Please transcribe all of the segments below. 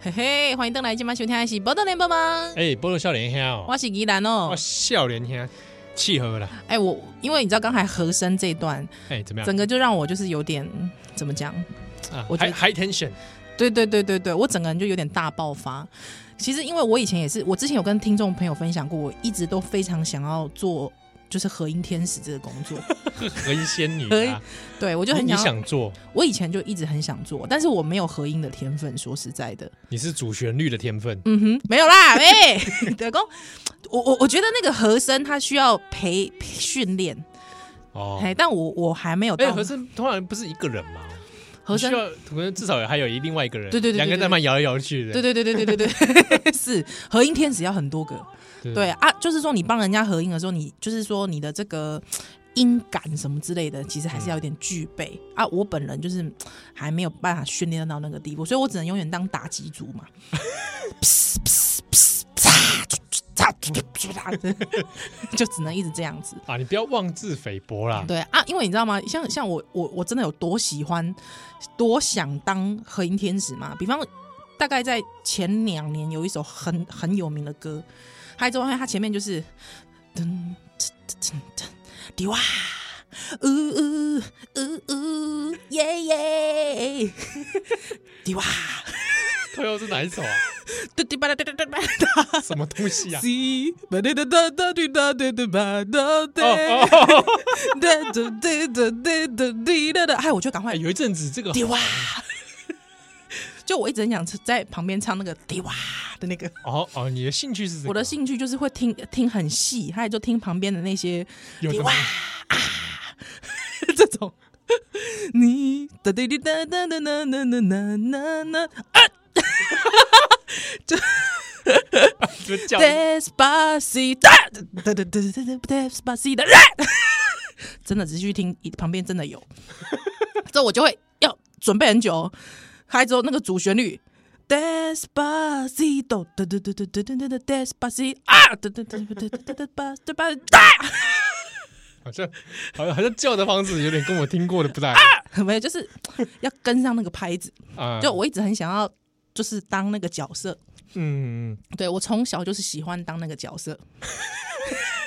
嘿嘿，欢迎登来今晚收听的是《波多连帮忙》，哎、波多笑脸兄哦，我是宜兰哦哇，。笑脸兄，契合了，哎、我因为你知道刚才和声这一段，哎、怎么样整个就让我就是有点怎么讲？啊？我觉还得还 tension，对对对对对，我整个人就有点大爆发。其实因为我以前也是，我之前有跟听众朋友分享过，我一直都非常想要做就是和音天使这个工 作。合一仙 女合一啊，对我就你很你想要，想做，我以前就一直很想做，但是我没有和音的天分。说实在的，你是主旋律的天分，嗯哼，没有啦， 喂、德公，我我我觉得那个和声它需要培培训练，哦。哎、但我我还没有哎、到和声通常不是一个人嘛，和声需，要可能至少还有一另外一个人，对对对对两个人在那边摇来摇去的，对对对对对对对，是和音天使要很多个，对对啊，就是说你帮人家合音的时候，你就是说你的这个音感什么之类的，其实还是要有点具备、啊。我本人就是还没有办法训练到那个地步，所以我只能永远当打击组嘛。就只能一直这样子。啊，你不要妄自菲薄啦，对啊，因为你知道吗？像像我我我真的有多喜欢，多想当和音天使嘛。比方，大概在前两年有一首很很有名的歌，还之后它前面就是噔噔噔噔滴哇。呜呜呜呜耶耶，滴哇，最后是哪一 首啊？嘟滴吧啦嘟嘟嘟吧啦，什么东西啊？西吧哒哒哒哒滴哒哒哒吧哒哦哒，哦，哒哒哒哒哒哒滴哒哒，哎，我就赶快哎有一阵子这个迪哇！ 就我一直很想在旁边唱那个迪哇的那个。哦哦，你的兴趣是、这 个、我的兴趣就是会听听很细，还有就听旁边的那些有迪的哇啊 这种。 你哒滴滴哒哒哒哒哒哒哒哒就叫，Despacito，哒哒哒哒哒 Despacito，真的只是去听旁边真的有，这我就会要准备很久，哦还有之后那个主旋律。Despacito，哒哒哒哒哒哒哒，Despacito 啊，哒哒哒哒哒哒哒哒哒哒哒，好像好像好像叫的方式有点跟我听过的不太没有，就是要跟上那个拍子。啊，就我一直很想要，就是当那个角色。嗯，嗯对我从小就是喜欢当那个角色。嗯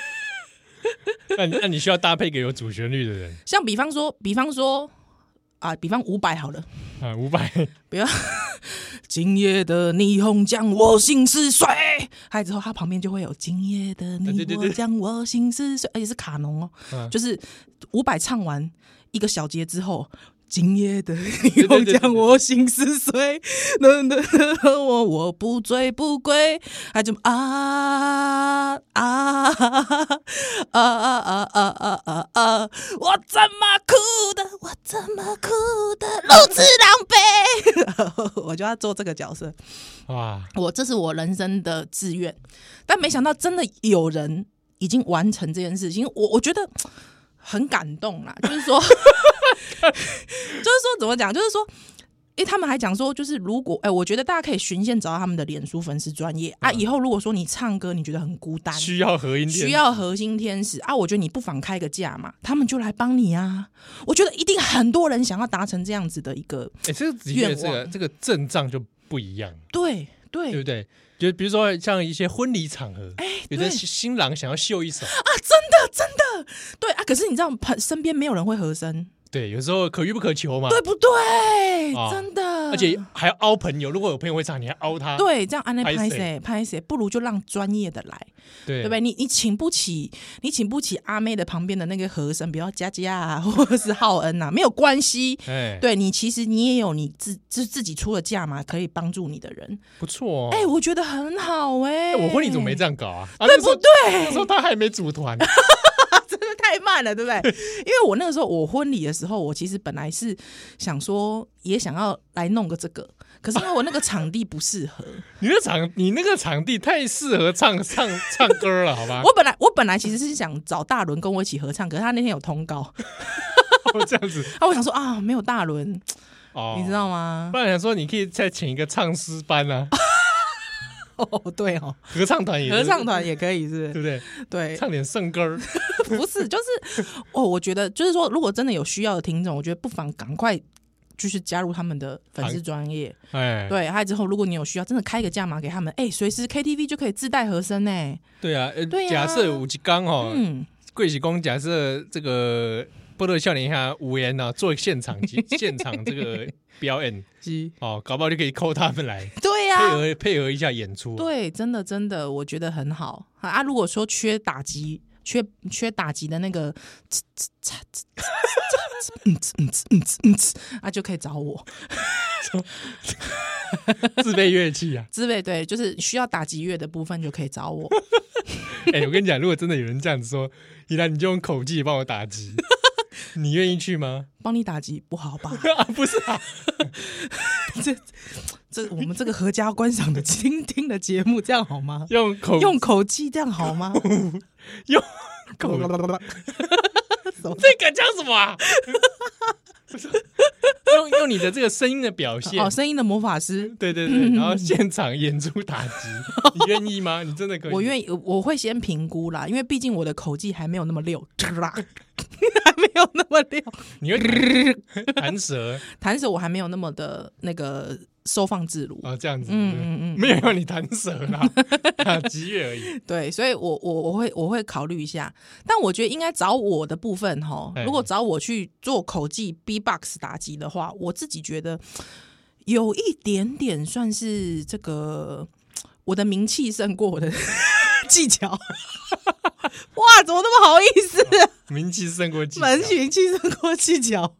那你那你需要搭配一个有主旋律的人像比方说，比方说啊，比方伍佰好了。啊，伍佰不要。 今夜的霓虹将我心撕碎，还有之后它旁边就会有今夜的啊对对你对我将我心撕碎，而且是卡农哦，嗯就是伍佰唱完一个小节之后。今夜的对 霓对虹对将我心撕碎，能能能我我不醉不归，还怎么啊啊啊啊啊啊啊啊啊！我怎么哭的？我怎么哭 的？如此狼狈， 我就要做这个角色。哇，我这是我人生的志愿，但没想到真的有人已经完成这件事情，我我觉得很感动啦。就是说，就是说怎么讲，就是说。因为他们还讲说，就是如果哎、我觉得大家可以循线找到他们的脸书粉丝专业啊。以后如果说你唱歌你觉得很孤单，需要合音啊需店要核心天使啊，我觉得你不妨开个价嘛，他们就来帮你啊。我觉得一定很多人想要达成这样子的一个，哎、这个的确愿这个望这个阵仗就不一样，对对对哎不对？就比如说像一些婚礼场合，有的对啊新新郎想要秀一手，对啊。可是你知道，朋身边没有人会和声，对，有时候可遇不可求嘛，对不对？啊真的，而且还要凹朋友，如果有朋友会唱，你还凹他，对这样安内拍拍谁谁拍谁，不如就让专业的来，对对不对？你你请不起，你请不起阿妹的旁边的那个和声，比如佳佳啊，或者是浩恩啊，没 有关系。哎，对你，其实你也有你自自自己出的价嘛，可以帮助你的人。不错哦。哎、我觉得很好哎、哎我婚礼怎么没这样搞啊？啊对不？那时候对？那时候他还没组团， 真的太慢了，对不对？ 因为我那个时候我婚礼的时候，我其实本来是想说也想要来弄个这个，可是因为我那个场地不适合，你那场你那个场地太适合唱唱唱歌了，好吧？我本来我本来其实是想找大伦跟我一起合唱，可是他那天有通 告，我 这样子啊，我想说啊，没有大伦，哦，你知道吗不？然想说你可以再请一个唱诗班啊，哦，对哦， 合唱团也是 合唱团也可以是对不对？对，唱点圣歌儿，不是，就是哦，我觉得就是说，如果真的有需要的听众，我觉得不妨赶快继续加入他们的粉丝专业。哎，对，还有之后如果你有需要，真的开个价码给他们，哎、随时 KTV 就可以自带和声呢、对啊，呃对啊假设有一刚哦，嗯，贵喜公假设这个波特笑脸下无言啊，做现场 现场这个表演是，哦，搞不好就可以扣他们来对啊呀、配合配合一下演出。啊对，真的真的，我觉得很好啊。啊如果说缺打击，缺缺打击的那个，嗯嗯嗯嗯嗯，啊，就可以找我。自备乐器啊！ 之类，对，就是需要打击乐的部分就可以找我。哎、我跟你讲，如果真的有人这样子说，依然你就用口技帮我打 击，你愿意去吗？帮你打击不好吧？ 啊，不是啊，这我们这个合家观赏的倾听的节目，这样好吗？ 用口用口技这样好吗？ 用口，这敢讲什么啊？不是用用你的这个声音的表现，哦好声音的魔法师，对对嗯对，然后现场演出 打击，你愿意吗？你真的可以？我愿意，我会先评估啦，因为毕竟我的口技还没有那么溜， 还没有那么溜，你 会弹弹舌弹手我还没有那么的那个收放自如。啊，这样子，嗯对嗯嗯，没有让你弹舌啦，打击乐而已。对，所以我我我会我会考虑一下，但我觉得应该找我的部分哈哎，如果找我去做口技 B-box 打击的话，我自己觉得有一点点算是这个我的名气胜过我的 技巧。 哇，怎么那么好意思、名气胜过技巧，门名气胜过技巧，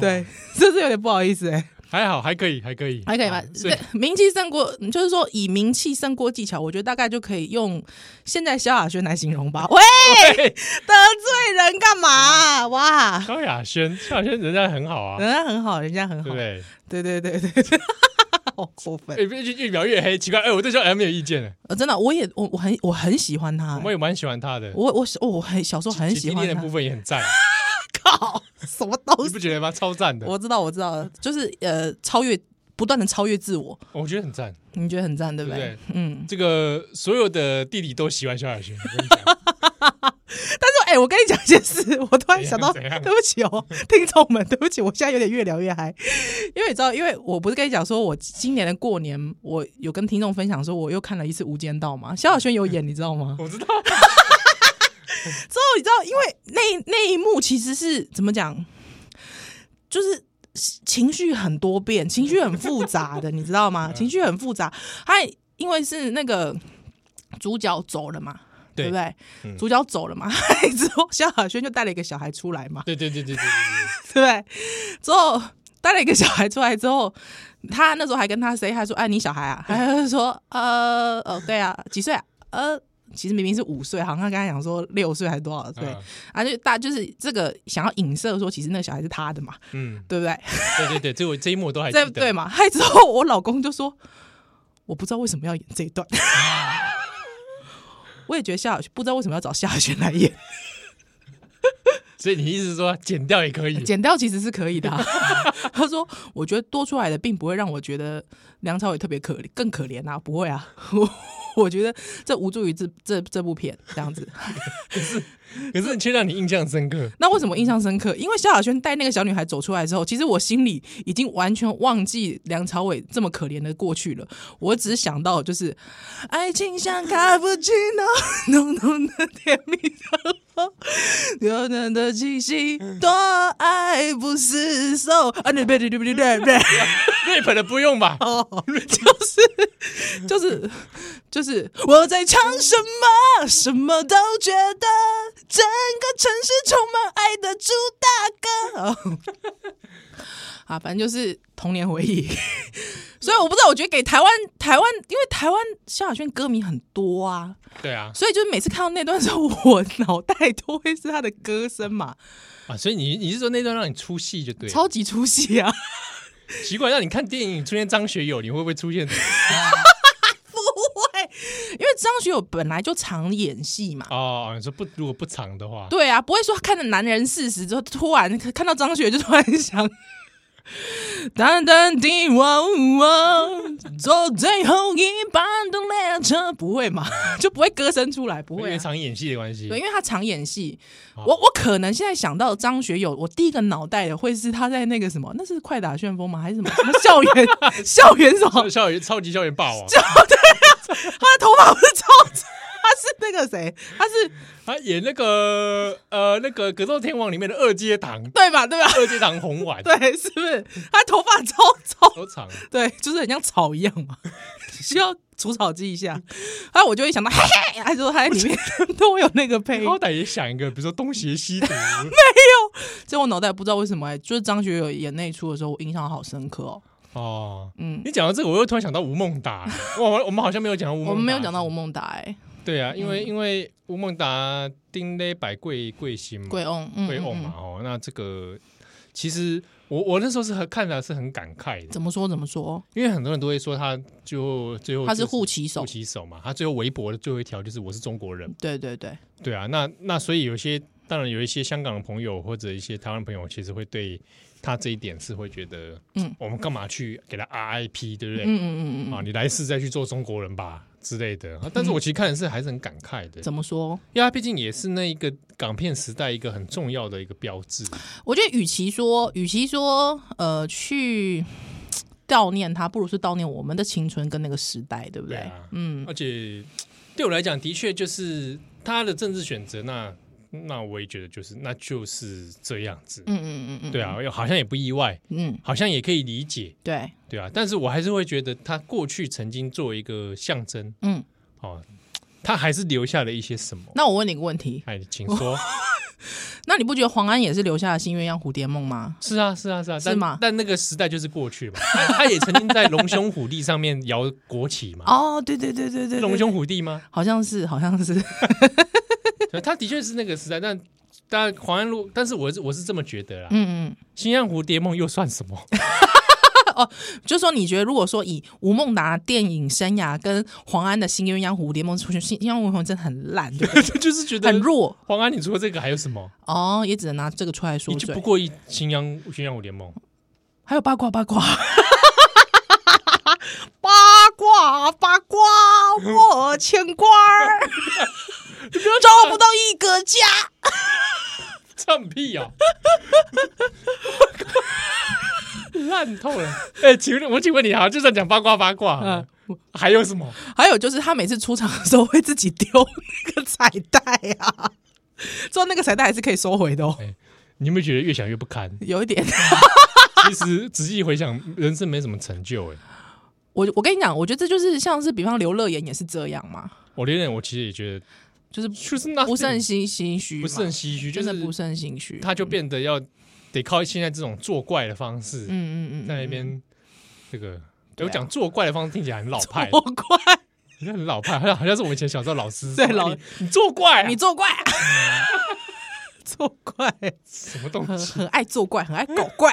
对， 这是有点不好意思哎、还好，还可以，还可以，还可以吧啊？所以对，名气胜过，就是说以名气胜过技巧，我觉得大概就可以用现在萧亚轩来形容 吧。喂，得罪人干嘛、哇，萧亚轩，萧亚轩人家很好啊，人家很好，人嗯家很对好不，对？对对对对， 好过分！哎，越越描越黑，奇怪，哎，我对萧亚轩没有意见呢，呃，真的，我也我我很我很喜欢他、我也蛮喜欢他的，嗯我我我我很小时候很喜欢姐弟恋的部他，分也很赞，靠，什么东 你西？不觉得吗？超赞的，我知道，我知道，就是呃，超越不断的超越自我，我觉得很赞。你觉得很赞，对不对？对嗯，这个所有的弟弟都喜欢萧亚轩，我跟你讲，但是哎、我跟你讲一件事，我突然想到，怎对样怎样不起哦，听众们， 对不起，我现在有点越聊越嗨，因为你知道，因为我不是跟你讲说，我今年的过年，我有跟听众分享说，我又看了一次《无间道》嘛，萧亚轩有嗯演，你知道吗？我知道，之后你知道，因为那那一幕其实是怎么讲，就是情绪很多变，情绪很复杂的，你知道吗？情绪很复杂，还因为是那个主角走了嘛，对对不对？嗯主角走了嘛， 之后萧亚轩就带了一个小孩出来嘛，对对对对对对对，对不对？之后带了一个小孩出来之后，他那时候还跟他 say，他说：“哎，你小孩啊？” 他就说：“呃，哦，对啊，几岁啊？呃。”其实明明是五岁，好像他跟他讲说六岁还是多少岁，啊啊，就大就是这个想要影射说，其实那个小孩是他的嘛，嗯，对不对？对对对，这我这一幕我都还记这得，对嘛？害之后，我老公就说，我不知道为什么要演这一段， 我也觉得夏亚轩不知道为什么要找夏亚轩来演，所以你意思是说剪掉也可以， 剪掉其实是可以的啊、 他说，我觉得多出来的并不会让我觉得梁朝伟特别可怜，更可怜啊，不会啊， 我我觉得这无助于这这这部片这样子。可是却让你印象深刻，那为什么印象深刻？因为萧亚轩带那个小女孩走出来之后，其实我心里已经完全忘记梁朝伟这么可怜的过去了。我只想到就是，爱情像卡布奇诺，浓浓的甜蜜的风，柔嫩的气息，多爱不释手。啊，对对对对对对对， rap 的不用吧？ 哦，就是就是就是我在唱什么，什么都觉得整个城市充满爱的朱大哥。哦 啊，反正就是童年回忆， 所以我不知道，我觉得给台湾台湾，因为台湾萧亚轩歌迷很多啊，对啊，所以就是每次看到那段时候，我脑袋都会是他的歌声嘛，啊，所以你你是说那段让你出戏就对了，超级出戏啊！ 奇怪，让你看电影出现张学友，你会不会出 现？不会，因为张学友本来就常演戏嘛，哦，你说不，如果不长的话， 对啊，不会说看着男人四十之后，突然看到张学友就突然想，淡淡的望望，走最后一班的列这不会嘛， 就不会歌声出来，不因会、为啊。常演戏哦的关系， 对，因为他常演戏，好我我可能现在想到张学友，我第一个脑袋的会是他在那个什么，那是快打旋风吗？还是什么什么校 园 校园什么？校校园超级校园霸 王，他的头发不是超长，他是那个谁？他是他啊演那个呃那个格斗天王里面的二阶堂，对吧？ 对吧？二阶堂红丸，对，是不是？他头发超超，多长？对， 就是很像草一样嘛，需要除草剂一下。然后我就会想到，嘿嘿，他说他在里面 都会有那个配音，好歹也想一个，比如说东邪 西毒，在我脑袋不知道为什么、哎，就是张学友演那一出的时候，我印象好深刻哦。哦，嗯，你讲到这个，我又突然想到吴 孟达，哇，我我们好像没有讲到吴孟达，我们没有讲到吴，孟达、哎，对啊，因为因为吴孟达丁勒百贵贵星嘛，贵翁，嗯，贵嗯翁嘛嗯，哦，那这个其实我我那时候是很看了是很感慨的，怎么说怎么说？因为很多人都会说他最后最后他是就是护旗手护，旗手嘛，他最后微博的最后一条就是我是中国人，对对对，对啊，那那所以有一些当然有一些香港的朋友或者一些台湾朋友，其实会对他这一点是会觉得，嗯，我们干嘛去给他 RIP，对不对？嗯嗯嗯嗯啊，你来世再去做中国人吧之类的。啊但是我其实看的是还是很感慨嗯，，的怎么说？因为他毕竟也是那一个港片时代一个很重要的一个标志。我觉得，与其说，与其说，呃，去悼念他，不如是悼念我们的青春跟那个时代，对不对？对啊嗯，而且对我来讲，的确就是他的政治选择，那那我也觉得就是那就是这样子。嗯嗯嗯嗯，对啊，好像也不意外，嗯，好像也可以理解。对，对啊，但是我还是会觉得他过去曾经作为一个象征嗯。哦，他还是留下了一些什么。那我问你个问题，哎，请说。那你不觉得黄安也是留下了新鸳鸯蝴蝶梦吗？是啊，是啊，是啊，是但吗但那个时代就是过去嘛。他他也曾经在龙兄虎弟上面摇国旗嘛，哦，对对对对对是对，龙兄虎弟吗？好像是， 好像是，对他的确是那个时代，但但黄安路，但是我是我是这么觉得啦。嗯嗯，新疆蝴蝶梦又算什么？ 就说你觉得，如果说以吴孟达电影生涯跟黄安的新鸳鸯蝴蝶梦出去，新鸳鸯蝴蝶梦真的很烂，对不对就是觉得很弱黄安，你除了这个还有什么？哦，也只能拿这个出来说你就嘴 不。过一新疆新疆蝴蝶梦，还有八卦哎八卦， 八卦八卦，我牵挂儿， 找不到一个家。 唱屁哦！烂透了！哎、请问我请问你啊，就算讲八卦八卦，嗯还有什么？还有就是他每次出场的时候会自己丢那个彩带啊，之后那个彩带还是可以收回的哦，？你有没有觉得越想越不堪 有一点。其实仔细回想，人生没什么成就哎、我我跟你讲，我觉得这就是像是比方刘乐言也是这样嘛，我连人我其实也觉得就是就是那不胜心心虚嘛，啊不胜唏嘘，就真的不是胜心虚。他就变得要得靠现在这种作怪的方式，嗯嗯嗯，在那边这个。对啊我讲作怪的方式听起来很老 派，我怪好像很老派，好像好像是我们以前小时候老师对说老你你作怪啊，你你作怪，作怪。什么东很西？很爱作怪，很爱搞怪。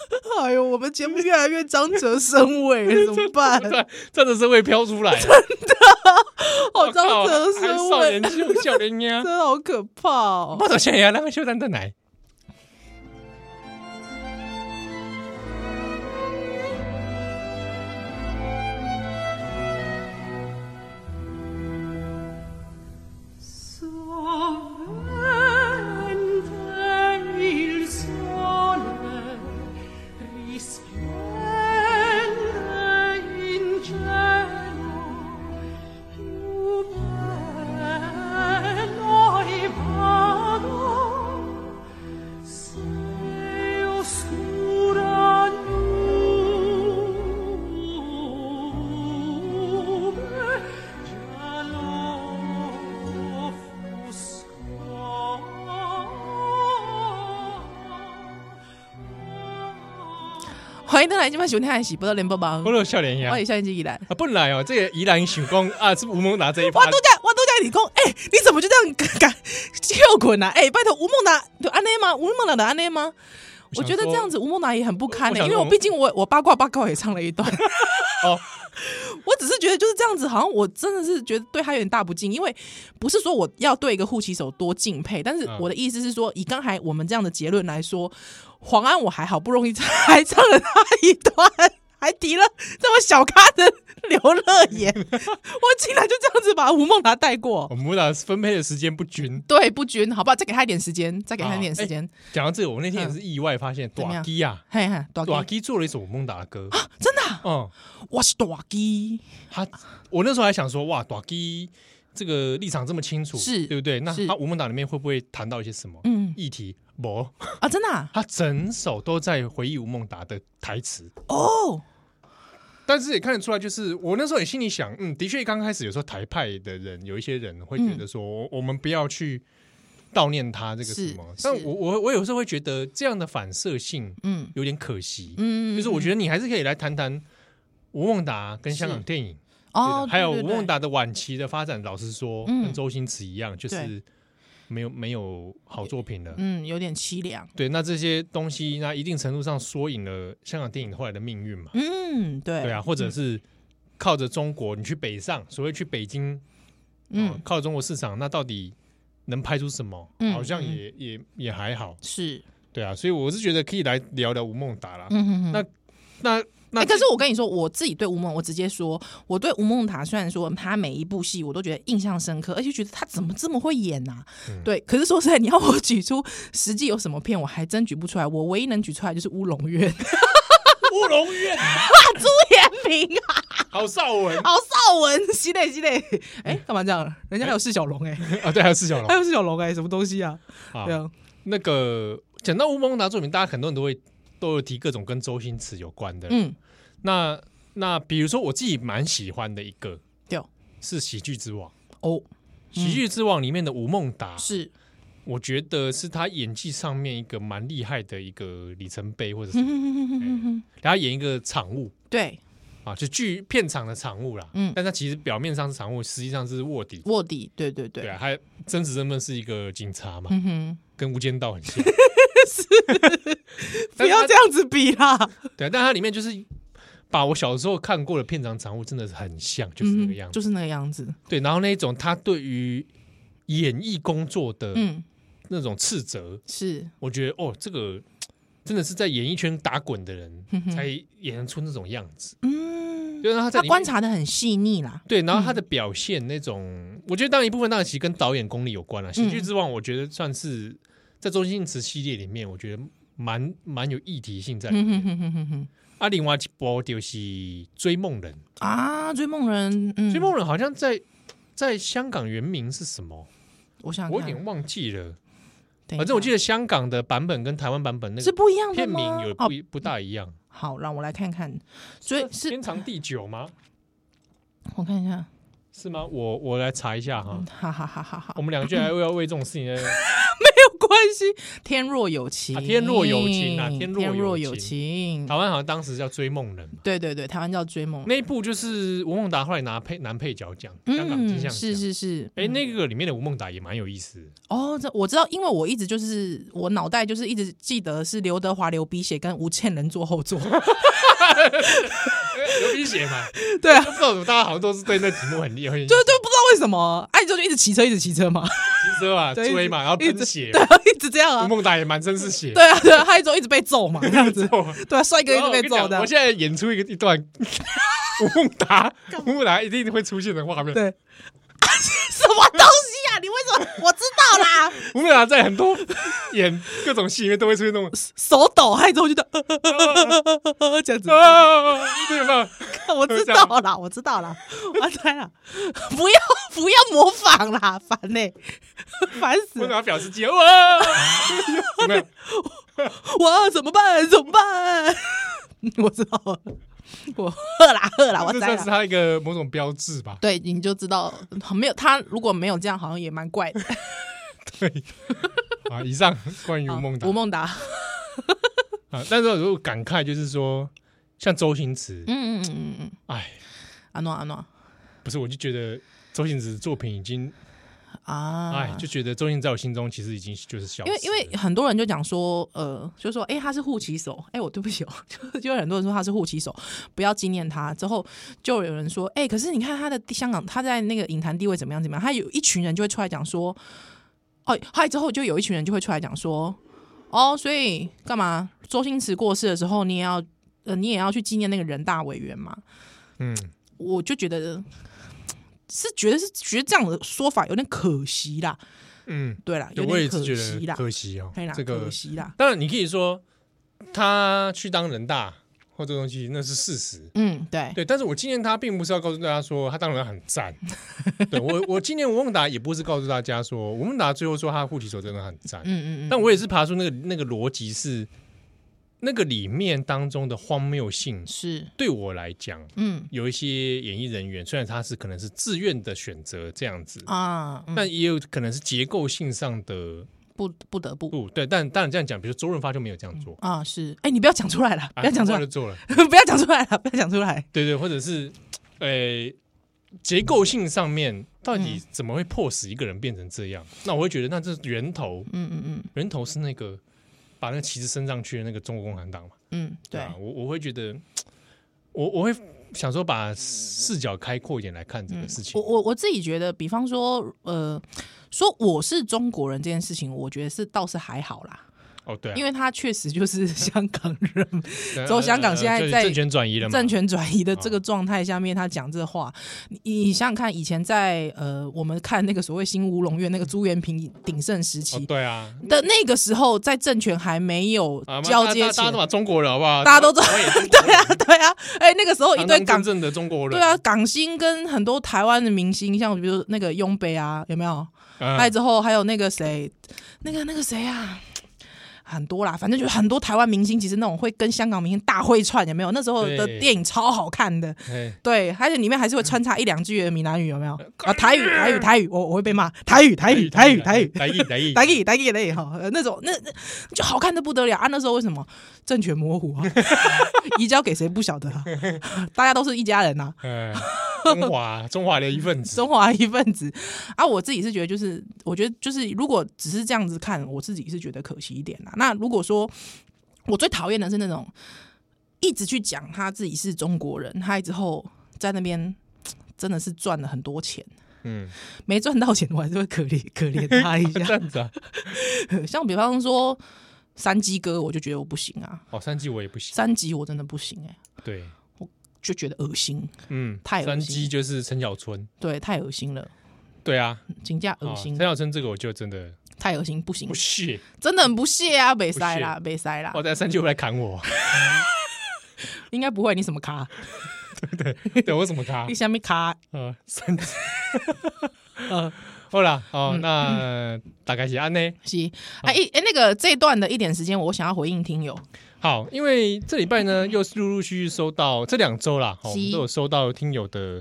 哎呦，我们节目越来越张哲 生味了，怎么办？站着是会飘 出来，好张我靠哲啊还生少味年，秀笑人 呀真，的好可怕哦！我头想呀，那个秀蛋蛋奶， Sovente il sole risplende in cielo più bello e vago se oscura nube già lo offuscò. 欢迎登来今晚收听的是《不到连播榜我》，头笑人呀我。是夏云基依兰。啊，本来哦，这个宜兰想讲啊，是吴孟达这一哇 趴都，在哇都在理工，哎、你怎么就这样敢 敢跳滚啊？哎、拜托，吴孟达有安内吗？吴孟达的安内吗？我我想觉得说这样子吴孟达也很不堪我的、想因为说我我毕竟我我八卦八卦也唱了一段，啊哦，我只是觉得就是这样子，好像我真的是觉得对他有点大不敬，因为不是说我要对一个护旗手多敬佩，但是嗯我的意思是说，以刚才我们这样的结论来说，黄安我还好不容易才还唱了他一段，还还提了这么小咖的刘乐言，我竟然就这样子把吴孟达带过我，们俩分配的时间不均。对不均，好不好？再给他一点时间，再给他一点时间，讲到这个，我那天也是意外发现，怎么短样基啊，嘿嘿，大短鸡，基做了一首孟达的歌。真的啊、嗯，我是大鸡，他我那时候还想说，哇，短基这个立场这么清楚，是对不对？那是他吴孟达里面会不会谈到一些什么嗯议题？不，啊，真的啊、他整首都在回忆吴孟达的台词。哦，但是也看得出来，就是我那时候也心里想，嗯，的确刚开始有时候台派的人有一些人会觉得说，我我们不要去悼念他这个是什么，嗯是但我我我有时候会觉得这样的反射性嗯有点可惜，嗯，就是我觉得你还是可以来谈谈吴孟达跟香港电影，得哦，还有对吴对对孟达的晚期的发展，老实说，嗯跟周星驰一样，就是对没有没有好作品了。嗯有点凄凉，对，那这些东西，那一定程度上缩影了香港电影后来的命运嘛。嗯，对，对啊，，或者是靠着中国，你去北上，所谓去北京，嗯、嗯，靠着中国市场，那到底能拍出什么？嗯好像也、也也还好，是，对啊，所以我是觉得可以来聊聊吴孟达啦。嗯哼哼。那那那哎、这、可是我跟你说，我自己对吴孟，我直接说，我对吴孟达虽然说他每一部戏我都觉得印象深刻，而且觉得他怎么这么会演呐、对，可是说实在，你要我举出实际有什么片，我还真举不出来。我唯一能举出来就是《乌龙 院》乌龙院，朱延平、郝 邵文郝邵啊文、系列系列，哎、干嘛这样？人家还有释小龙哎、啊，对，还有释小龙还。有释小龙哎、什么东西啊？对啊，啊，那个讲到吴孟达作品，大家很多人都会都有提各种跟周星驰有关的。嗯，那那比如说我自己蛮喜欢的一个对，是《喜剧之王》，哦， 《喜剧之王》里面的吴孟达是，我觉得是他演技上面一个蛮厉害的一个里程碑，或者是嗯哼哼哼哼哼他演一个场务对，啊，就剧片场的场务啦。嗯但他其实表面上是场务，实际上是卧底。卧底，对对对，对啊，他真实身份是一个警察嘛，嗯哼，跟《无间道》很像。不要这样子比啦，对啊，但他里面就是把我小时候看过的片场场务真的是很像，就是那个嗯样哼子。就是那个样子，对，然后那一种他对于演艺工作的嗯，那种斥责，是。我觉得哦，这个真的是在演艺圈打滚的人嗯哼才演出那种样子。嗯，就是他在他里面观察嗯的很细腻啦。对，然后他的表现那种，我觉得当然一部分当然其实跟导演功力有关嗯了、喜剧之王》我觉得算是在周星驰系列里面，我觉得蛮蛮有议题性在里嗯面。哼哼哼哼哼，啊，另外一部就是《追梦人》，啊，追梦人，嗯，追，梦人》好像在在香港原名是什么？我想我有看点忘记了。等一下反正我记得香港的版本跟台湾版本那是个不一样的片吗名有哦不，一不大一样。好，让我来看看。所以是天长地久吗？我看一下，是吗？我我来查一下哈。哈哈哈哈哈我，们两个居然又要为这种事 情在那边没有关系，天若有情，啊天若有情啊天天若有情有情台。湾好像当时叫《追梦人》嘛，对对对，台湾叫追梦，那一部就是吴孟达后来拿配男配角奖，香港金嗯，像奖。是是是，哎、那个里面的吴孟达也蛮有 意思的，哦，这我知道，因为我一直就是我脑袋就是一直记得是刘德华流鼻血跟吴倩仁坐后座，流鼻血嘛，对啊，不知道怎么大家好像都是对那题目很厉害，就就就不知道为什么，哎、就就一直骑车，一直骑车嘛，骑车啊对追嘛，然后一喷直血对嘛，啊， 一直这样吴啊，孟达也满身是血， 对啊，对啊，他一直一直被揍嘛，这样子，哦，对啊，帅哥一然后直我跟被你揍讲，的我，现在演出一个一段 吴孟达，吴孟达一定会出现的画面，对， 什么东西啊？你为什么？我知道啦，吴孟达在很多演各种戏里面都会出现那种手抖，害之后就得呃呃呃呃呃呃呃 这样子，啊， 对吧？我知道啦，我知道啦，我猜啦，不要不要模仿啦，烦呢、烦吴死孟了，达表示接哇， 有没 有？我怎么办？怎么办？ 我知道了，我喝啦喝啦，我这猜算是啦。他一个某种标志 吧。对，你就知道没有他，如果没有这样，好像也蛮怪的。对，啊，以上 关于吴孟达吴孟达，啊，但是如果感慨就是说，像周星驰，嗯嗯嗯嗯嗯，哎，阿诺阿诺不是，我就觉得周星驰的作品已经，啊，哎，就觉得周星驰在我心中其实已经就是消失因为了，因为很多人就讲说，呃，就说哎、诶他是护旗手，哎、 我对不起哦，就就有很多人说他是护旗手，不要纪念他。之后就有人说，哎、可是你看他的地香港，他在那个影坛地位怎么样怎么样？他有一群人就会出来讲说，哦，后来之后就有一群人就会出来讲说，哦，所以干嘛？周星驰过世的时候，你也要呃，你也要去纪念那个人大委员嘛。嗯，我就觉得是觉得是觉得这样的说法有点可惜啦，嗯，对啦，有对，我点也可是觉惜得啦，可惜哦嘿啦，，这个可惜啦，当然你可以说他去当人大或这东西那是事实，嗯，对，对，但是我纪念他，并不是要告诉大家说他当然很赞。对我，我纪念吴孟达，也不是告诉大家说吴孟达最后说他护体手真的很赞。嗯嗯嗯，但我也是爬出那个那个逻辑是，那个里面当中的荒谬性，是，对我来讲，嗯有一些演艺人员虽然他是可能是自愿的选择这样子，啊，嗯但也有可能是结构性上的不不得不不对。但当然这样讲，比如说周润发就没有这样做，啊，是，哎，你不要讲出来了，啊不要讲出他来就，做了。 不要讲出来了，不要讲出来，对对，或者是，呃，结构性上面到嗯底怎么会迫使一个人变成这样？那我会觉得，那这源头，嗯嗯嗯源头是那个把那个旗帜升上去的那个中国共产党嘛？嗯，对啊，，我我会觉得，我我会想说把视角开阔一点来看这个事情。嗯我我我自己觉得，比方说，呃，说我是中国人这件事情，我觉得是倒是还好啦，哦，对、啊，啊因为他确实就是香港人，对走香港呃现在就是在政权转移 了嘛，哦政权转移的这个状态下面，他讲这话，你你想想看，以前在呃，我们看那个所谓新乌龙院那个朱元平鼎盛时哦，期对啊，的那个时候，在政权还没有啊，交接大家大家前都，把中国人好不好？大家都我在也中 对啊对啊，哎，那个时候一堆堂堂港正正的中国人，对啊港星跟很多台湾的明星，像比如那个雍北啊，有没有？嗯，还有之后还有那个谁，那个那个谁啊。很多啦，反正就是很多台湾明星，其实那种会跟香港明星大会串，有没有？那时候的对电影超好看的，哎对，而且里面还是会穿插一两句的闽南语，有没有？啊，台语，台语，台语，我我会被骂，台语，台语，台语，台语，台语，台语，台语，台语，台语，哈，呃那种那那就好看的不得了啊！那时候为什么政权模糊啊？ 移交给谁不晓得啊？ 大家都是一家人啊呐、 哎，中华中华的一份子，中华一份子啊！我自己是觉得，就是我觉得就是如果只是这样子看，我自己是觉得可惜一点啦。啊那如果说我最讨厌的是那种一直去讲他自己是中国人，他之后在那边真的是赚了很多钱， 嗯，没赚到钱我还是会可怜可怜他一这下。样子啊。像比方说山鸡哥，我就觉得我不行啊，哦，三鸡我也不行，三级我真的不行哎、 对，就觉得恶心，嗯，太恶心三鸡就是陈小春，对，太恶心了，对啊，请假啊恶心陈，小春这个我就真的，Oh 太恶心，不啊行不，屑，真的很不屑啊，北塞啦，北塞啦，哇，在哦三鸡会来砍我， 应该不会，你什么哦咖？对我怎么卡你？下面咖？呃，三鸡， 呃，嗯好啦，哦，那大概是安呢。是哦哎一哎，那个这一段的一点时间，我想要回应听友，好，因为这礼拜呢，又是陆陆续续收到这两周啦，哦，我们是都有收到听友的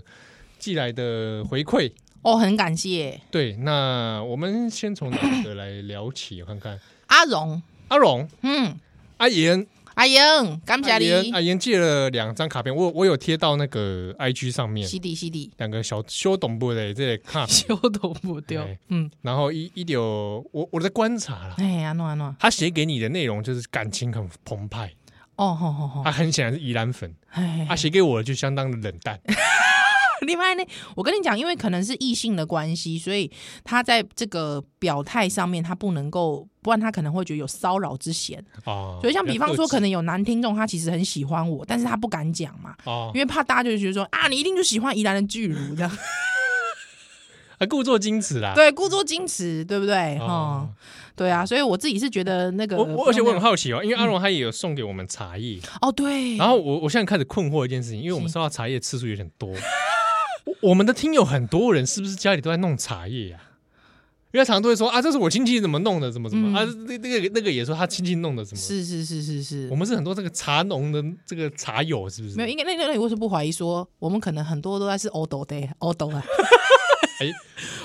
寄来的回馈。哦，很感谢对，那我们先从哪个来聊起？我看看，阿荣，阿荣、嗯，阿言阿英，感谢阿你言，阿言借了两张卡片，我我有贴到那个 IG 上面，是的，是 的，，两个小修懂不的这个卡修都不掉哎，嗯，然后一一丢，我我在观察了，哎呀，诺安诺，他写给你的内容就是感情很澎湃，哦，吼吼吼他，很显然是宜兰粉，哎他，写给我的就相当的冷 淡，另外呢，我跟你讲，因为可能是异性的关系，所以他在这个表态上面，他不能够，不然他可能会觉得有骚扰之嫌。哦，所以像比方说，可能能有男听众，他其实很喜欢我，但是他不敢讲嘛，哦因，为怕大家就觉得说啊，你一定就喜欢宜兰的巨乳这 样。还故作矜持啦，对，故作矜持，对不对？哦哦，，对啊，所以我自己是觉得那个我不用那样，我而且我很好奇哦，因为阿嗯荣他也有送给我们茶叶，哦，对，然后我我现在开始困惑一件事情，因为我们收到茶叶次数有点多，我我们的听友很多人是不是家里都在弄茶叶呀、因为他常常都会说啊，这是我亲戚怎么弄的，怎么怎么、嗯啊，那那个那个也说他亲戚弄的怎么。是是是是是我，们是很多这个茶农的这个茶友，是不是？没有，应该那那那你为什么不怀疑说我们可能很多都在是欧斗的欧斗啊？ 哎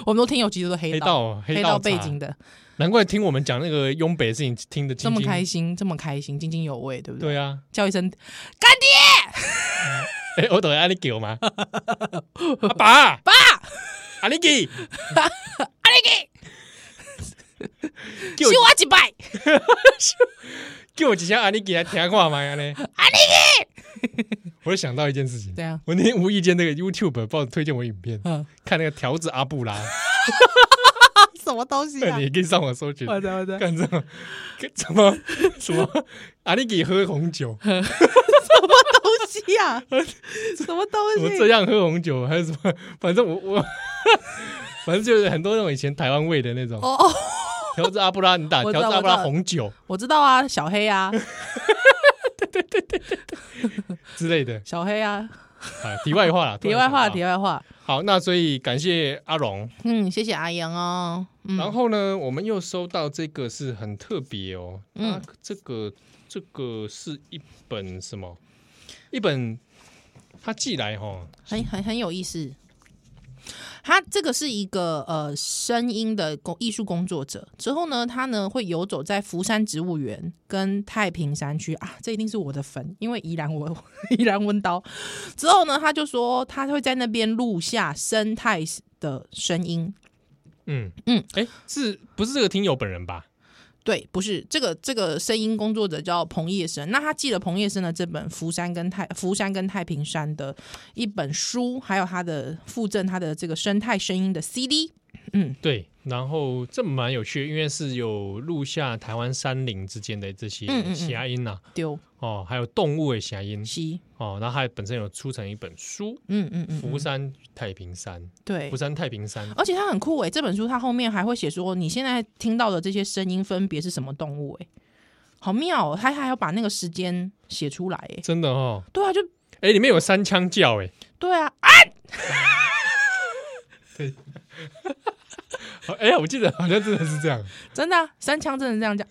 我们都听友其实都黑黑道黑道道背茶景，的，难怪听我们讲那个雍北的事情听得津这津么开。心，这么开心，津津有味，对不对？对啊，叫一声 哎，我等下你给 我吗？阿爸爸，阿你给， 阿力给， 给修我我一拜，给我几下阿你给来听看嘛呀嘞？阿力我想到一件事情，对啊，我那天无意间那个 YouTube 帮我推荐我影片，嗯，看那个条子阿布拉，什么东西对啊你？也可以上网搜寻，我的我的，啊看这种，看什么什么阿尼给喝红酒，什么东西啊？什么东我西？这样喝红酒还是什么？反正我我， 反正就是很多那种以前台湾味的那种哦哦，调制阿布拉，你打我调知道制阿布拉我知道红酒我知道啊，小黑啊， 之类的。小黑啊，啊，题外话啦，题外话，突然想到题外话。好，那所以感谢阿荣。嗯，谢谢阿阳哦。嗯，然后呢，我们又收到这个是很特别哦，嗯嗯，这个这个是一本什么？一本他寄来哈，很很很有意思。他这个是一个呃声音的工艺术工作者，之后呢，他呢会游走在福山植物园跟太平山区啊，这一定是我的粉，因为宜兰我 宜兰温刀。之后呢，他就说他会在那边录下生态的声音。嗯嗯嗯，哎，是不是这个听友本人吧？对，不是这个这个声音工作者叫彭业生，那他寄了彭业生的这本福山跟太福山跟太平山的一本书，还有他的附赠他的这个生态声音的 CD。嗯，对，然后这蛮有趣的，因为是有录下台湾山林之间的这些嗯嗯嗯峡音呐、丢哦，还有动物的峡音西，哦，然后它本身有出成一本书，嗯嗯嗯，福山太平山，对福。山太平山，而且它很酷诶、这本书它后面还会写说你现在听到的这些声音分别是什么动物诶、好妙、哦！它还要把那个时间写出来欸诶、真的哦，对啊，就哎，里面有三枪叫，哎，对啊，好哎，我记得好像真的是这 样，真的、啊、三枪真的这样讲，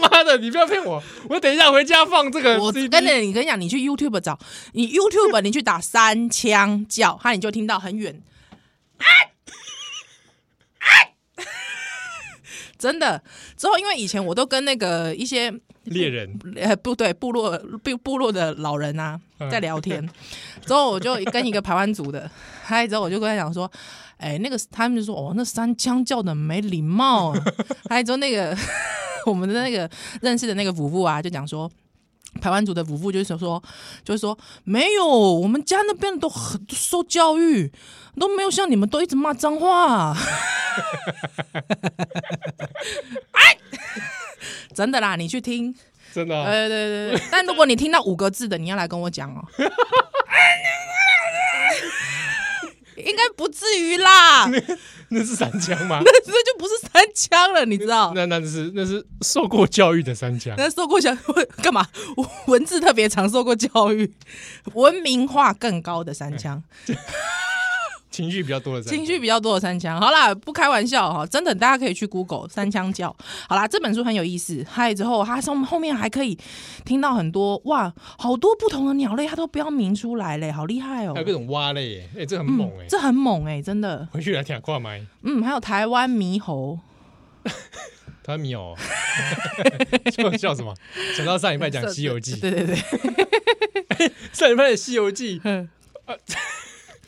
妈的，你不要骗我，我等一下回家放这个我 CD，跟你，你跟你讲，你去 YouTube 找，你 YouTube 你去打三枪叫，哈，你就听到很远， 真的。之后因为以前我都跟那个一些猎人，呃部队部落部部落的老人啊嗯在聊天，之后我就跟一个排湾族的，嗨，之后我就跟他讲说，哎，那个他们就说哦，那三枪叫的没礼貌、啊，嗨，之后那个 我们的那个认识的那个夫妇啊，就讲说。台湾族的夫妇就是说，就是说没有，我们家那边都很都受教育，都没有像你们都一直骂脏话、 哎， 真的啦，你去听，真的、哦，对对对对， 但如果你听到五个字的，你要来跟我讲哦。 应该不至于 啦，这那是三枪 吗？就不是三枪了，你知道？那那是那是受过教育的三枪，那受过教 干嘛？文字特别长，受过教育，文明化更高的三枪，情绪比较哎多的三枪情绪比较多的三枪。好啦，不开玩笑哈，真的，大家可以去 Google 三枪教。好啦，这本书很有意思。嗨，之后它从后面还可以听到很多哇，好多不同的鸟类，它都标明出来嘞，好厉害哦还有！各种蛙类，哎、这很猛哎、嗯这很猛哎、真的。回去来听挂麦，嗯，还有台湾猕猴，他 没有，笑笑什么？想到上礼拜讲 《西游记》，对对对，上礼拜的《西游记》， 嗯，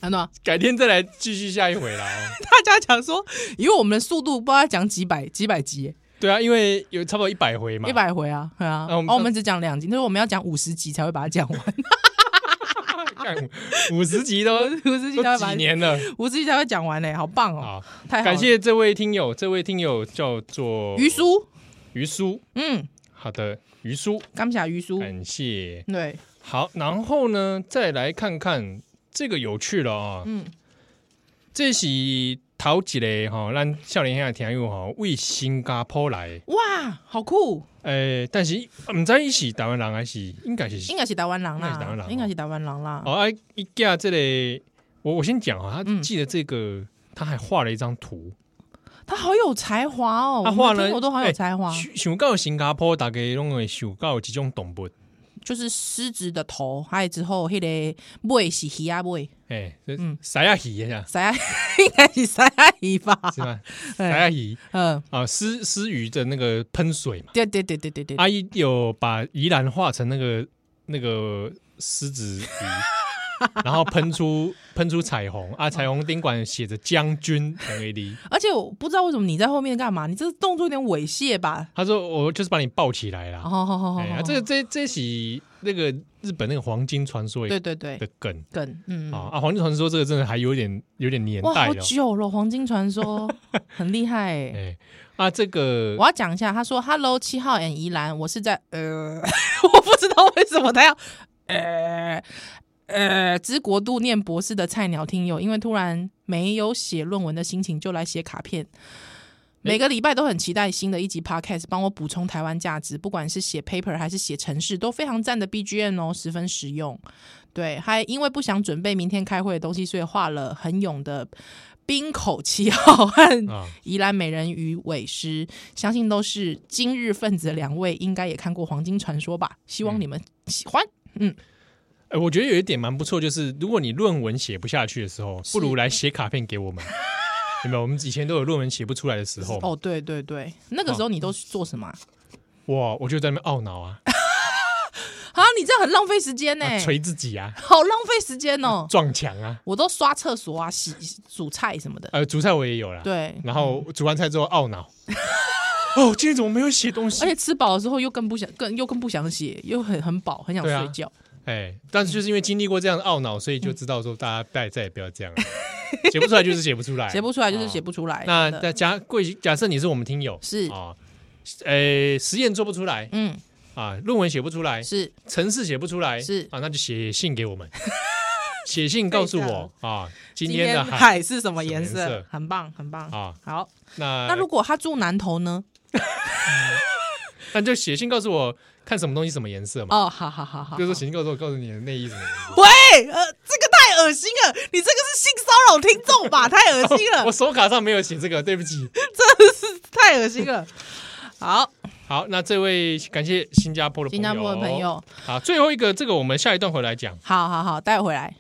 安诺，改天再来继续下一回啦、哦。啊大家讲说，因为我们的速度不知道要讲几百几百集，欸对啊，因为有差不多一百回嘛，一百回啊，对啊，那我哦们，我们只讲两集，就是我们要讲五十集才会把它讲 完，干五十集都五十集才会都把几它，年了。五十集才会讲完嘞，好棒哦，好，太好了感谢这位听友，这位听友叫做于，叔，于叔。嗯，好的，于叔，感谢于叔，感谢。对，好，然后呢，再来看看这个有趣了啊、嗯，这是头一个吼，咱少年兄的听友吼，为新加坡来的，哇，好酷，诶、但是毋知伊是台湾人还是应该是应该是台湾狼应该啦应该是是台湾人哦，台湾狼啦，哦，啊，伊寄这个，我我先讲啊，他嗯记得这个，他还画了一张图，他好有才华哦，他画我们了听友都好哎有才华，想想到新加坡大概拢会想到几种动物，就是狮子的头，还有之后迄个尾是鱼啊尾。诶、欸，嗯啥呀鱼呀，塞阿 应该是塞阿姨 吧？是吧？啥哎呀鱼嗯，啊，狮狮鱼的那个喷水嘛，对对对对对啊对， 阿姨有把宜兰画成那个那个狮子鱼，然后喷出喷出彩虹啊，彩虹宾馆写着将军 LED。而且我不知道为什么你在后面干嘛，你这个动作有点猥亵吧？他说我就是把你抱起来啦。好好好好哎呀，好，这 个这这起那个日本那个黄金传说对的对对，梗梗，嗯，啊啊，黄金传说这个真的还有点有点年哇，代好了。久了，《黄金传 说》很厉害欸哎啊，这个我要讲一下，他说：“Hello，七号 and 宜兰，我是在呃， 我不知道为什么他要呃呃之国度念博士的菜鸟听友，因为突然没有写论文的心情，就来写卡片。每个礼拜都很期待新的一集 podcast，帮我补充台湾价值，不管是写 paper 还是写城市，都非常赞的 BGM 哦，十分实用。对，还因为不想准备明天开会的东西，所以画了很勇的冰口七号和啊，宜兰美人鱼尾狮，相信都是今日分子的两位，应该也看过《黄金传说》吧？希嗯望你们喜欢。哎，我觉得有一点蛮不错，就是如果你论文写不下去的时候，不如来写卡片给我们。有没有？我们以前都有论文写不出来的 时候，哦，对对对，那个时哦候你都做什么啊？哇，我就在那边懊恼啊，啊你这样很浪费时间呢、啊捶自己啊，好浪费时间哦、撞墙啊， 我都刷厕所啊、洗煮菜什么的。呃，煮菜我也有啦，对，嗯然后煮完菜之后懊 恼，哦，今天怎么没有写东西而？且吃饱的时候又更不想，更又更不想写，又很很饱，很想对啊睡觉。哎，但是就是因为经历过这样的懊恼，所以嗯就知道说大家再再也不要 这样了，写不出来就是写不出来，写不出来就是写哦。不出来。那真的那假贵假设你是我们听友是啊，呃，实验做不 出来嗯，啊，论文写不出来，是程式写不出来是啊，那就写信给我们， 写信告诉对的我啊，今天的海海 是什么颜什么颜色色？很棒，很棒。啊，好，那那如果他住南头呢？那就写信告诉我看什么东西什么颜色嘛，哦，好好好好，比如说好写信告诉我告诉你的内衣什么颜色。喂，呃，这个太恶心了，你这个是性骚扰听众 吧？太恶心 我了，手卡上没有写这个，对不起。太恶心了。好，好，那这位感谢新加坡的哦新加坡的朋，友，好，最后一个这个我们下一段回来讲。好好好，带回来。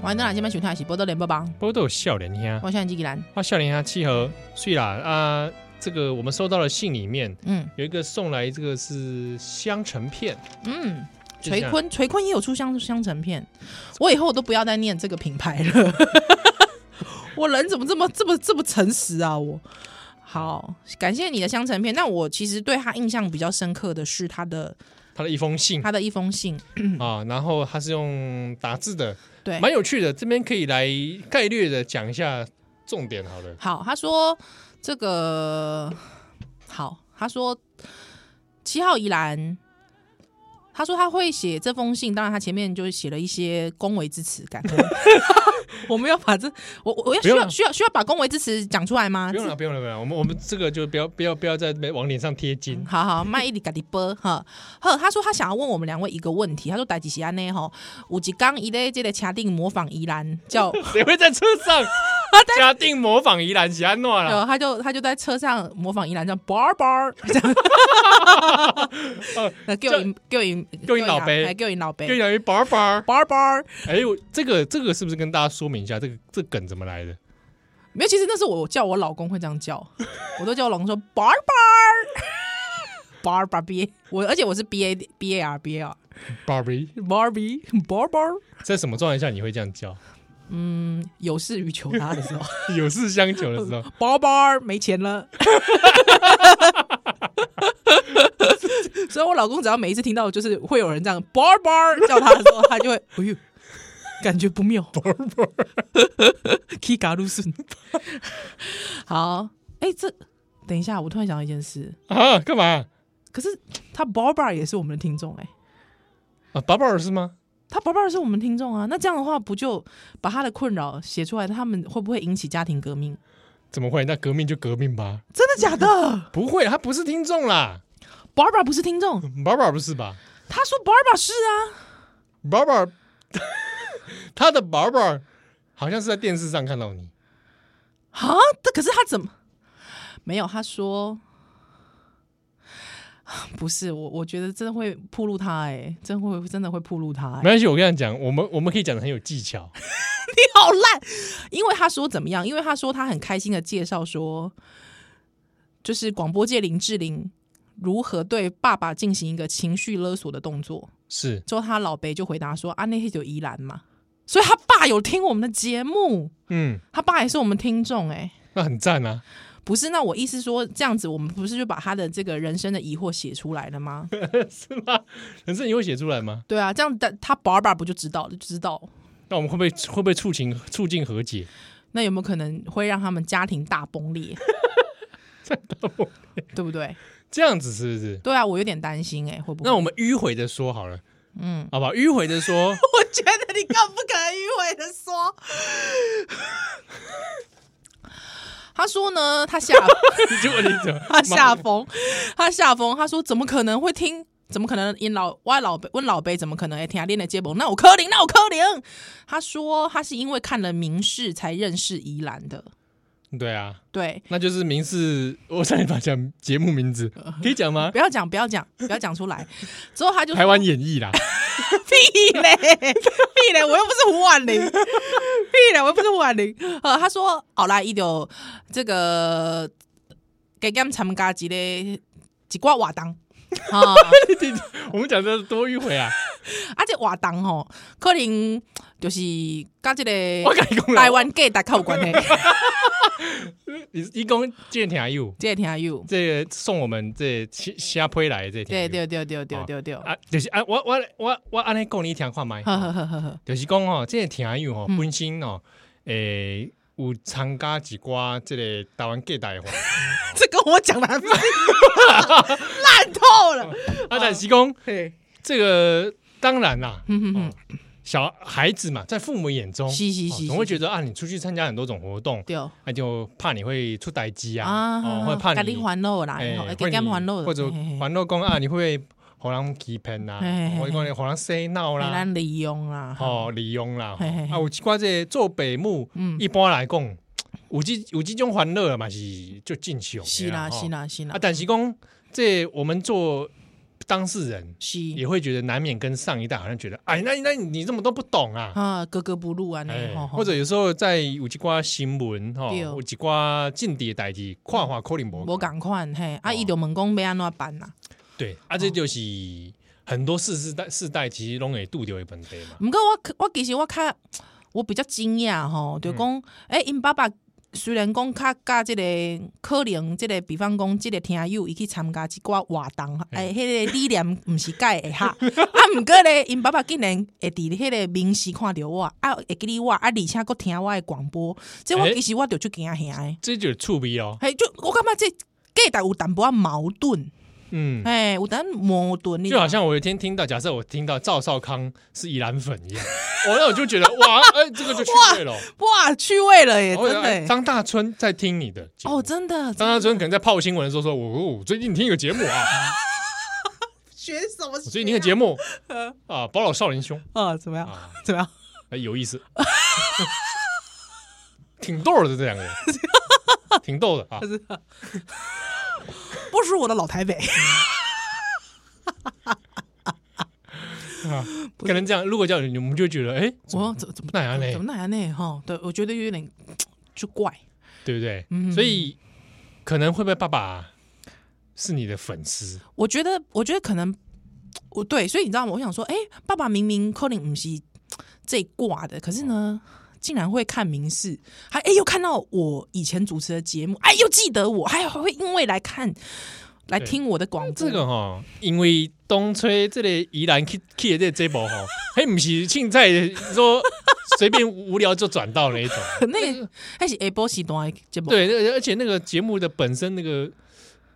欢迎大家今晚收听的是《波多连播榜》，不过都有笑脸呀，我是纪吉兰。啊，笑脸呀，契合，所以啦啊，这个我们收到的信里面嗯有一个送来，这个是香橙片，嗯，就这垂样坤，垂坤也有出香香橙片，我以后我都不要再念这个品牌 了。我人怎么这么这么这么诚实啊？我好，感谢你的香橙片。那我其实对他印象比较深刻的是他的他的一封信他的一封信， 啊，然后他是用打字的，对，蛮有趣的。这边可以来概略的讲一下重点好了。好，他说这个好，他说七号宜兰，他说他会写这封信，当然他前面就写了一些恭维之词，感恩。 我们要把这，我我我要不需用要了需要需要把恭维之词讲出来吗？不用了，不用了，不用了。我们我们这个就不要不要不要再往脸上 贴金。好好，卖一里咖喱波哈。呵，他说他想要问我们两位一个问题，他说代几西安呢？吼，有一刚一在这个卡定模仿宜兰叫谁会在车上嘉定模仿宜兰喜啊安诺啦？呃，他就他就在车上模仿依兰这样，bar bar 这样，那给我一给我一给我一老杯哎给我一老跟杯杨一宝宝， ，bar bar。哎，我这个这个是不是跟大家说明一下，这个这梗怎么来的？没有，其实那是我叫我老公会这样叫，我都叫我老公说 bar bar bar bar b，我而且我是 b a b a r b a r Barbie， bar b bar bar，在什么状态下你会这样叫？ 有事于求他的时候有事相求的时候， ，bar bar 没钱了。 所以，我老公只要每一次听到就是会有人这样 bar bar 叫他的时候，他就会，哎呦，感觉不妙。bar bar k i g a l u s 好，哎、这等一下，我突然想到一件事，啊，干嘛？可是他 bar bar 也是我们的听众哎、啊，宝宝是吗？他 bar bar 是我们的听众啊，那这样的话，不就把他的困扰写出来？他们会不会引起家庭革命？怎么会？那革命就革命吧，真的假的不会，他不是听众啦？Barbara 不是听众， ，Barbara 不是吧他说 Barbara 是啊， ？Barbara，他的 Barbara 好像是在电视上看到你，啊，这可是他怎么没有？他说不是我，我觉得真的会暴露他哎、真会真的会暴露他、欸。没关系，我跟你讲，我们我们可以讲的很有技巧，你 好烂，因为他说怎么样？因为他说他很开心的介绍说，就是广播界林志玲如何对爸爸进行一个情绪勒索的动作。是之后他老伯就回答说：“啊，那些就宜兰嘛。”所以他爸有听我们的节目，嗯，他爸也是我们听众哎、那很赞啊， 不是，那我意思说，这样子我们不是就把他的这个人生的疑惑写出来了 吗？是吗？人生你会写出来吗？对啊，这样的他 Barbara 不就知道就知道？那我们会不会会不会促进促进和解？那有没有可能会让他们家庭大崩 裂？对不对？这样子是不是？对啊，我有点担心哎、 会不会？那我们迂回的说好了，嗯，好吧，迂回的说， 我觉得你更不可能迂回的说。 他说呢，他下结果你怎么 他下风，他下风，他说怎么可能会听？怎么可能？因老我老伯问老伯怎么可能会听啊阿练的接驳？那我柯林，那我柯林。他说他是因为看了明视才认识宜兰的，对啊，对，那就是名是，我差点把讲节目 名字，可以讲吗不？要讲，不要讲，不要讲出来。之后他就台湾演义啦， 屁嘞，屁嘞，我又不是胡婉玲，屁嘞，我又不是胡婉玲。呃，他说后来伊就这个给他们参加一个一挂活动 啊。我们讲的多迂回啊，啊，这活动吼，可能就是跟这我个跟你讲啦 台湾 gay 大较有关系。你一共见哎听友，这个听有，这个送我们这虾虾批来的这听对友对对对对对对，啊，就是啊，我我我我安尼讲你听看麦，呵呵呵呵呵，就是讲吼，这个听友吼嗯本身哦，诶。有参加一寡这个台湾各大的活动，这跟我讲的还不一样 烂透了。啊，但是讲嘿，这个当然啦，哼哼哼，小孩子嘛，在父母眼中，是是哦是总会是觉得啊，你出去参加很多种活动，对那就怕你会出歹机啊，哦，啊，会怕给你你还漏啦，哎给会他你们还漏，或者嘿嘿嘿还漏公啊，你会不会互人欺骗啦嘿嘿嘿，或者讲互人洗脑给啦，咱利用啦。哦，利用啦，嘿嘿嘿啊，有一寡这做父母，嗯，一般来讲，有即有即种欢乐嘛是就尽常的啊是啦吼是啦是啦啊，，但是讲这我们做当事人是也会觉得难免跟上一代好像觉得，哎，那那你怎么都不懂啊？啊，格格不入啊，哎那吼，吼或者有时候在有一寡新闻吼，对有一寡政治的代志，看法可能无无同共款嘿，啊，哦伊就问讲要安怎办呐？对，哦啊，这就是很多世世代世代其实拢会拄着的问题嘛。毋过我我其实我较我比较惊讶吼，就讲诶，因、爸爸虽然讲较甲即、个可能即、个比方讲即个听友伊去参加一寡活动，诶、迄、个理念毋是改会哈， 啊毋过咧，因爸爸竟然会伫迄个明时看着我，啊会记哩我，啊而且佫听我的广播，即我欸其实我就去惊吓诶，这就是趣味哦，嘿、就我感觉这价值有淡薄仔啊矛盾，嗯，哎、有淡矛盾，你知就道好吗像我有一天听到，假设我听到赵少康是宜兰粉 一样，我那我就觉得哇，哎，这个就趣味了。哇趣味了耶，我真觉的得哎耶张大春在听你的节目哦，真的，张大春可能在泡新闻的时候说，我我最近听一个节 目啊，学什么学啊？我最近听一个 节目啊，宝岛少年兄啊，怎么样？啊，怎么样？哎有意思， 挺逗的 这两个人，挺逗的啊。 不是我的老台北，啊，可能这样，如果这样，你们就会觉得，哎、怎么我 怎怎么那样嘞怎么那样呢？哈，对我觉得有点就怪，对不对？嗯所以可能会不会爸爸是你的粉丝？我觉得我觉得可能我对，所以你知道吗？我想说，哎，爸爸明明柯林不是这一挂的，可是呢。竟然会看民视，还哎又看到我以前主持的节目，哎又记得我，还会因为来看来对听我的广播，这个哈、因为东吹这类宜兰去去的这这波哈、 嘿，不是凊彩说随便无聊就转到那 一种。那个还是 A 波时段的节目，对，那个而且那个节目的本身那个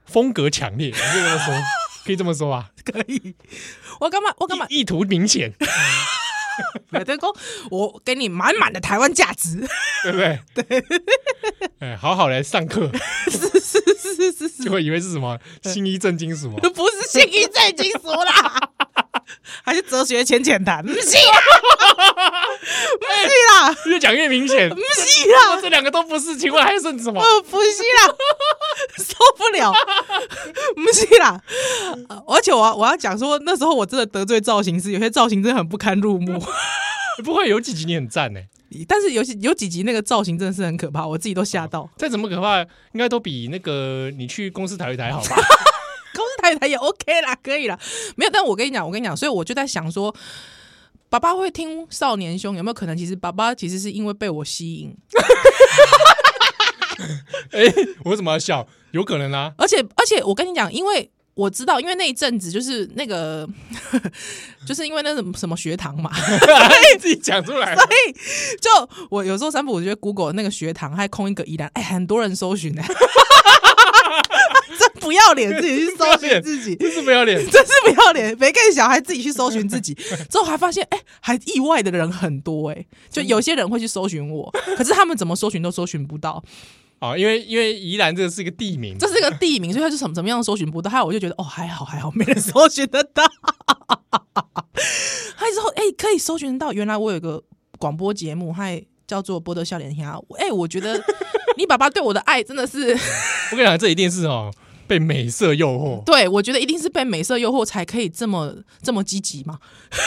风格强 烈，你可以这么说，可以这么说吧？可以。我干嘛？我 干嘛？意图明显，反正讲我给你满满的台湾价值。 对不对？对， 哎，好好来上课，是是是是是就，会以为是什 么新一正金属啊， 不是信义正经俗啦， 还是哲学浅浅谈？不是啊啦， 不是啦， 越讲越明 显。不是啊 啦，这两个都不是，请问还剩 什么？呃，不是啦， 受不了， 不是啦。呃而且我要我要讲说，那时候我真的得罪造型师，有些造型真的很不堪入目。 不会有几集你很赞欸呢？但是有几有几集那个造型真的是很可怕，我自己都吓到。再怎么可怕，应该都比那个你去公司台一台好吧？公司台台也 OK 啦，可以啦。没有，但我跟你讲，我跟你讲，所以我就在想说，爸爸会听少年兄有没有可能？其实爸爸其实是因为被我吸引，哎， 我为什么要笑？有可 能啊， 而且而且我跟你讲，因为我知道，因为那一阵子就是那个， 就是因为那什么什么学 堂嘛，自己讲出来了。就我有时候三不五觉得 Google 那个学堂还空一个宜兰，哎、很多人搜寻呢、 真不要脸，自己去搜寻自己。真是不要脸，真是不要脸，没跟小孩自己去搜寻自己， 之后还发现，哎、还意外的人很多、哎，就有些人会去搜寻我，可是他们怎么搜寻都搜寻不到，啊，因为因为宜兰这个是一个地名，这是个地名，所以他就怎么怎么样搜寻不到，还有我就觉得，哦，还好还好，没人 搜寻得到，还之后，哎、可以搜寻得到，原来我有个广播节目，还叫做《波德笑脸虾》，哎、我觉得你爸爸对我的爱真的是，。我跟你讲，这一定是哦被美色诱惑 对我觉得一定是被美色诱惑才可以这么这么积极嘛。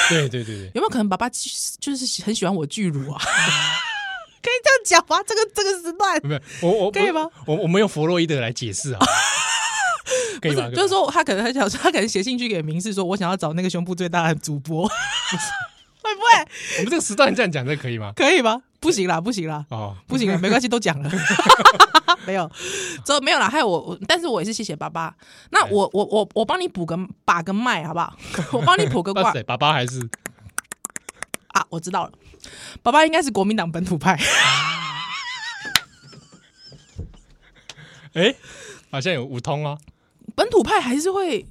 对对对有没有可能爸爸其实就是很喜欢我巨乳啊？ 可以这样讲吗？这个这个时段对，没有我我可以吗？我我们用弗洛伊德来 解释啊，可以不吧？是，就是说他可能很想，他可能写信去给明世说，我想要找那个胸部最大的主播， 会不会可以吧我们这个时段这样讲，这可以吗？可以吗？不行啦，不行啦，哦，不行啦， 没关系，都讲了，没有，之后没有啦。还有我，我但是我也是谢谢爸爸。那我我我我帮你补个把个脉好不 好？我帮你补个卦哇塞，爸爸还是啊，我知道了，爸爸应该是国民党本土 派。哎，好像有五通啊，本土派还是会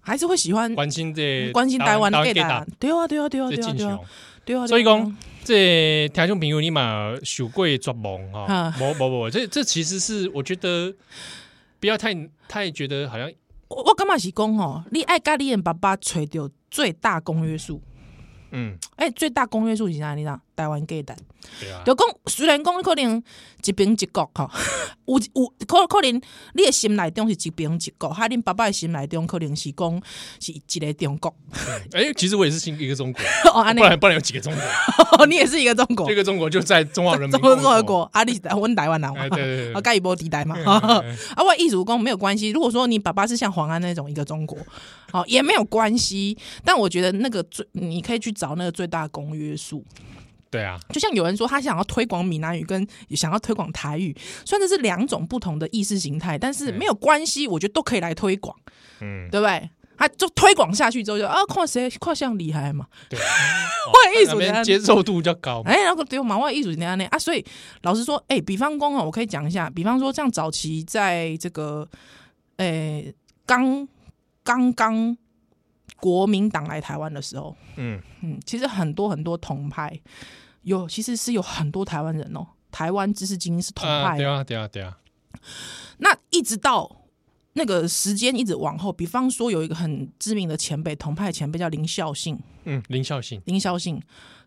还是会喜欢关心这关心台湾的 gay 台啦湾，对啊对啊对啊这对啊进对啊雄，对啊，所以对啊讲这听众朋友你嘛受过绝望哈啊，不不不，这这其实是我觉得不要太太觉得好像我我感觉是讲吼，你爱甲你的爸爸找到最大公约数，嗯，哎，最大公约数是哪里啦？台湾 gay 蛋，对啊，就讲虽然讲你可能一边一国吼， 有有可可能你的心内中是一边一国，哈，恁爸爸的心内中可能是讲是一个中国， 哎，其实我也是新一个中国，哦，安尼不，然不然有几个中国？你也是一个中国这。个中国就在中华人民哦中共国和共和国，啊，你是阮台湾人嘛哎对对对，啊，甲伊无敌台嘛，啊，我意思讲没有关系。如果说你爸爸是像黄安那种一个中国，好也没有关系。但我觉得那个最，你可以去找那个最大公约数。对啊，就像有人说他想要推广闽南语，跟想要推广台语，虽然这是两种不同的意识形态，但是没有关系，我觉得都可以来推广，嗯，对不对？他就推广下去之后就啊，看谁看像厉害嘛， 对，哦换艺那术边接受度比较高嘛。哎、然后对我蛮外艺术家呢啊，所以老实说，哎、比方公哦，我可以讲一下，比方说像早期在这个，哎、刚刚刚国民党来台湾的时候，嗯，嗯，其实很多很多同派，有其实是有很多台湾人哦，台湾知识精英是同啊，派对的、啊，对啊，对啊，那一直到。那个时间一直往后，比方说有一个很知名的前辈，同派前辈叫林孝信，嗯，林孝信，林萧信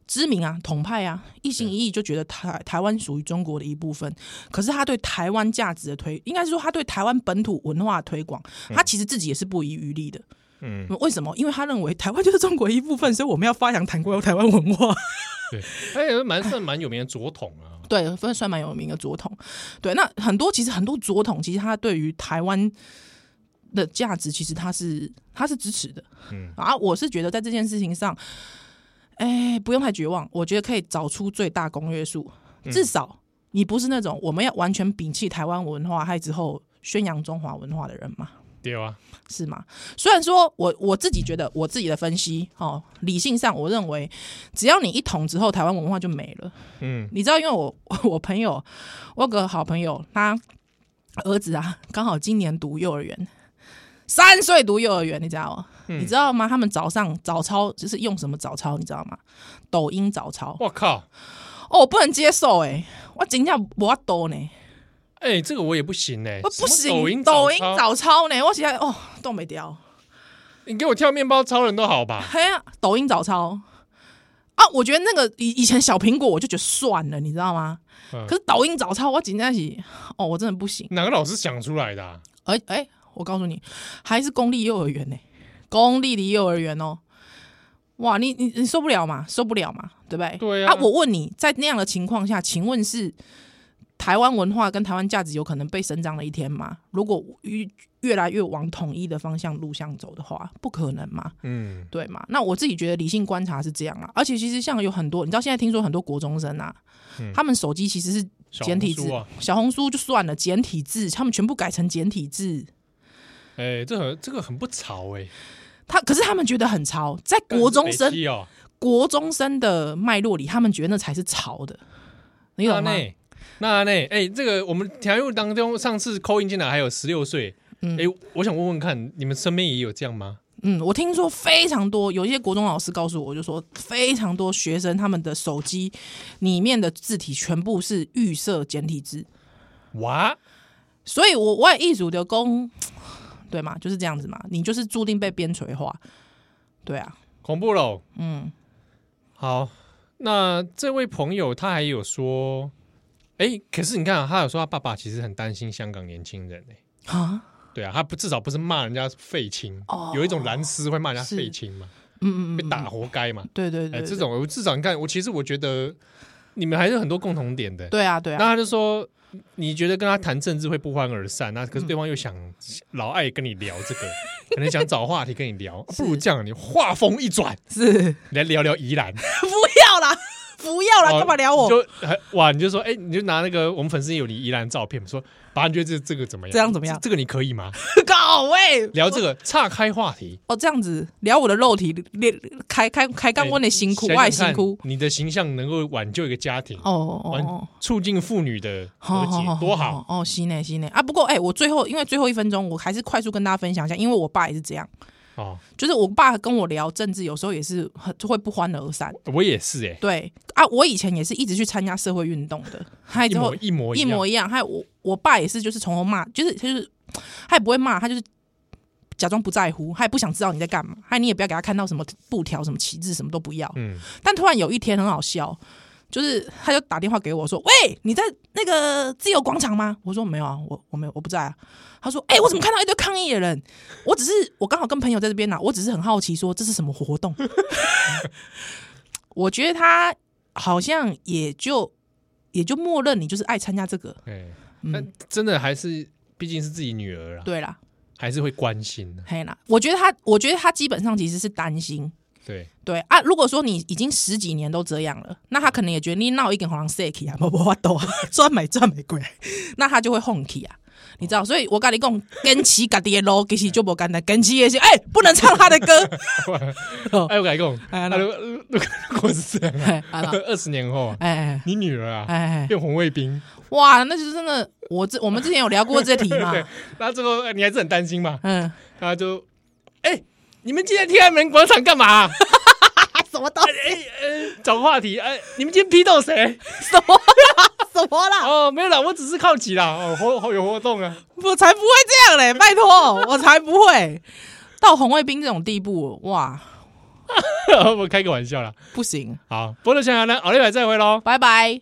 知名啊，统派啊，一心一意就觉得台台湾属于中国的一部分。可是他对台湾价值的推，应该是说他对台湾本土文化的推广，他其实自己也是不遗余力的。嗯，为什么？因为他认为台湾就是中国一部分，所以我们要发扬台湾台湾文化。 对，他也是蛮算蛮有名的左统啊，对，算算蛮有名的左统。对，那很多其实很多左统，其实他对于台湾的价值，其实他是他是支持的。嗯啊，我是觉得在这件事情上，哎，不用太绝望，我觉得可以找出最大公约数，至少你不是那种我们要完全摒弃台湾文化，还之后宣扬中华文化的人嘛。对啊，是吗？虽然说我我自己觉得我自己的分析，哦，理性上我认为，只要你一统之后，台湾文化就没了。嗯，你知道，因为我 我朋友，我有个好朋友，他儿子啊，刚好今年读幼儿园，三岁读幼儿园，你知道吗？嗯你知道吗？他们早上早操就是用什么早操，你知道吗？抖音早操哦我靠，欸哦，我不能接受哎、我真正无法度呢。哎，这个我也不行哎，我不什行，么抖音抖音操早操呢，我喜欢哦，冻没掉。你给我跳面包超人都好吧？嘿啊，抖音早操啊！我觉得那个以以前小苹果我就觉得算了，你知道吗？嗯可是抖音早操我紧在一起，哦，我真的不行。哪个老师想出来的啊？哎、哎、我告诉你，还是公立幼儿园呢、公立的幼儿园哦。哇，你你你受不了嘛？受不了嘛？对不对？对啊我问你，在那样的情况下，请问是台湾文化跟台湾价值有可能被伸张的一天吗？如果越越来越往统一的方向路向走的话，不可能嘛？嗯，对嘛？那我自己觉得理性观察是这样啊啦，而且其实像有很多，你知道现在听说很多国中生啊，嗯他们手机其实是小简体红字书，啊，小红书就算了，简体字他们全部改成简体字，哎，这很这个很不潮哎，他可是他们觉得很潮，在国中北生七哦，国中生的脉络里，他们觉得那才是潮的，你啊那懂吗？内那内哎，这个我们调用当中上次扣音进来还有十六岁，嗯哎，我想问问看，你们身边也有这样吗？嗯，我听说非常多，有一些国中老师告诉我，就说非常多学生他们的手机里面的字体全部是预设简体字，哇，所以我外艺术的工，对嘛，就是这样子嘛，你就是注定被边陲化，对啊，恐怖喽！嗯，好，那这位朋友他还有说，哎，可是你看啊，他有说他爸爸其实很担心香港年轻人哎。啊，对啊，他不至少不是骂人家废青，哦有一种蓝丝会骂人家是废青嘛，嗯嗯被嗯，打活该嘛。对对对哎，对这种我至少你看，我其实我觉得你们还是有很多共同点的。对啊对那啊，他就说，你觉得跟他谈政治会不欢而散，那可是对方又想嗯老爱跟你聊这个，可能想找话题跟你聊，不如这样，你话锋一转，是 你来聊聊宜兰。不要啦， 不要啦，哦干嘛聊我？就很哇，你就说，哎，你就拿那个我们粉丝有你宜兰照片，说，爸，你觉得这这个怎么样？这样怎么样这这个你可以吗？ 搞喂，聊这个岔开话题。哦，这样子聊我的肉体，练开开开干我的辛苦，哎想我想也辛苦，看你的形象能够挽救一个家庭，哦哦哦挽哦。促进妇女的和好好好解，多好！哦！是呢是呢啊，不过哎、我最后因为最后一分钟，我还是快速跟大家分享一下，因为我爸也是这样，哦！就是我爸跟我聊政治，有时候也是很就会不欢而散。我也是哎，对啊，我以前也是一直去参加社会运动的，还一哎之后模一模一样模一样，还有我我爸也是，就是从头骂，就是就是他也不会骂，他就是假装不在乎，他也不想知道你在干嘛，还你也不要给他看到什么布条、什么旗帜，什么都不要。嗯，但突然有一天很好笑，就是他就打电话给我说：“喂，你在那个自由广场吗？”我说：“没有啊，我我没有，我不在啊。”他说：“哎、我怎么看到一堆抗议的人？我只是我刚好跟朋友在这边呢、我只是很好奇，说这是什么活动？”我觉得他好像也就也就默认你就是爱参加这个，哎，但嗯，真的还是，毕竟是自己女儿啦，啊对啦，还是会关心啊的。嘿啦，我觉得他，我觉得他基本上其实是担心。 对，对啊，如果说你已经十几年都这样了，那他可能也觉得你闹一根黄色气啊， 无无法度啊，赚美赚玫瑰，那他就会哄气啊，你知道？所以我跟你讲，跟起家己的路其实就无简单，跟起也是哎，不能唱他的歌，哎，我跟你讲，哎啊那如果如果如果是这样啊，哎，好了，二十年后啊， 哎你女儿啊哎哎，变红卫兵，哇，那就是真的，我这我们之前有聊过这题嘛，那最后哎你还是很担心嘛？嗯，他就，哎，你们今天天安门广场干嘛？ 什么东西，找话题，哎，你们今天批斗谁？什么啦， 什么啦，哦，没有啦，我只是好奇啦，哦，活活有活动啊， 我才不会这样嘞！拜托，我才不会到红卫兵这种地步，哇，我开个玩笑啦。不行！好，波多小羊呢，奥利百再会喽。拜拜。